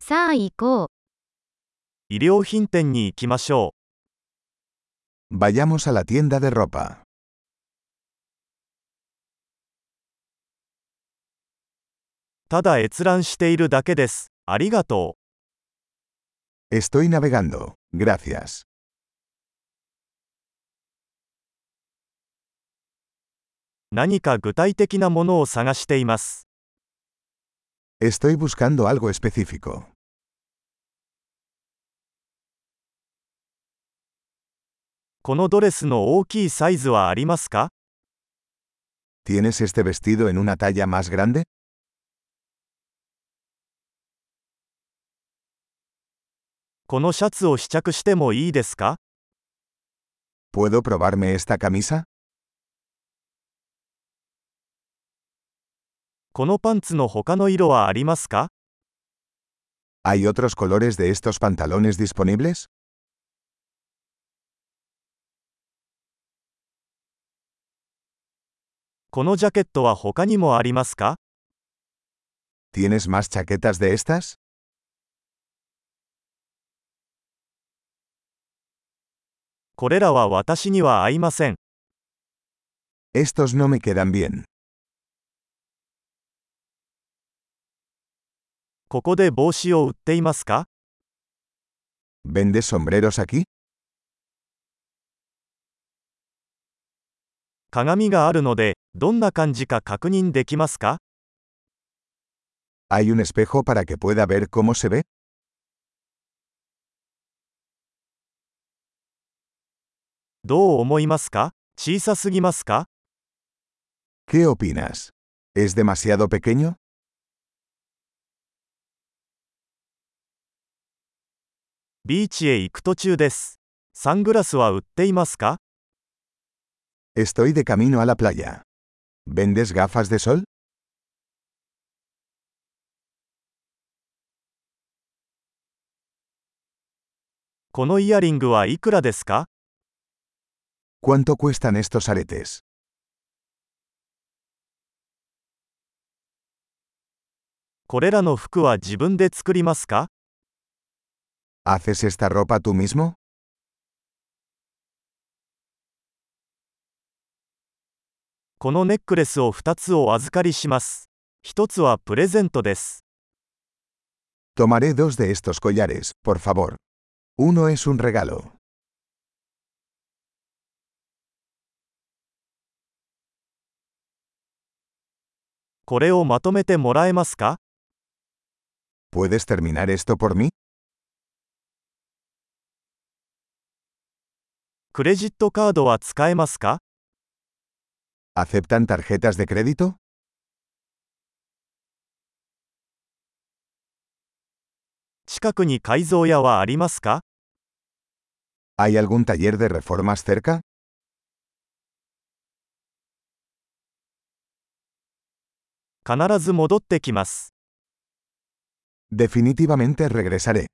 さあ行こう。衣料品店に行きましょ Vayamos a la tienda de ropa. う。ただ閲覧しているだけです。ありがと Estoy navegando. Gracias. う。何か具体的なものを探しています。 Estoy buscando algo específico. このドレスの大きいサイズはありますか ¿Tienes este vestido en una talla más grande? このシャツを試着してもいいですか ¿Puedo probarme esta camisa? このパンツの他の色はありますか ¿Hay otros colores de estos pantalones disponibles? このジャケットは他にもありますか ¿Tienes más chaquetas de estas? これらは私には合いません。 Estos no me quedan bien. ここで帽子を売っていますか ¿Vendes sombreros aquí? 鏡があるので、どんな感じか確認できますか ¿Hay un espejo para que pueda ver cómo se ve? どう思いますか小さすぎますか ¿Qué opinas? ¿Es demasiado pequeño? ビーチへ行く途中です。サングラスは売っていますか Estoy de camino a la playa. ¿Vendes gafas de sol? このイヤリングはいくらですか ¿Cuánto cuestan estos aretes? これらの服は自分で作りますか ¿Haces esta ropa tú mismo? このネックレスを2つお預かりします。1つはプレゼントです。 Tomaré dos de estos collares, por favor. Uno es un regalo. これをまとめてもらえますか ¿Puedes terminar esto por mí? クレジットカードは使えますか ¿Aceptan tarjetas de crédito? 近くに改造屋はありますか ¿Hay algún taller de reformas cerca? 必ず戻ってきます。 Definitivamente regresaré.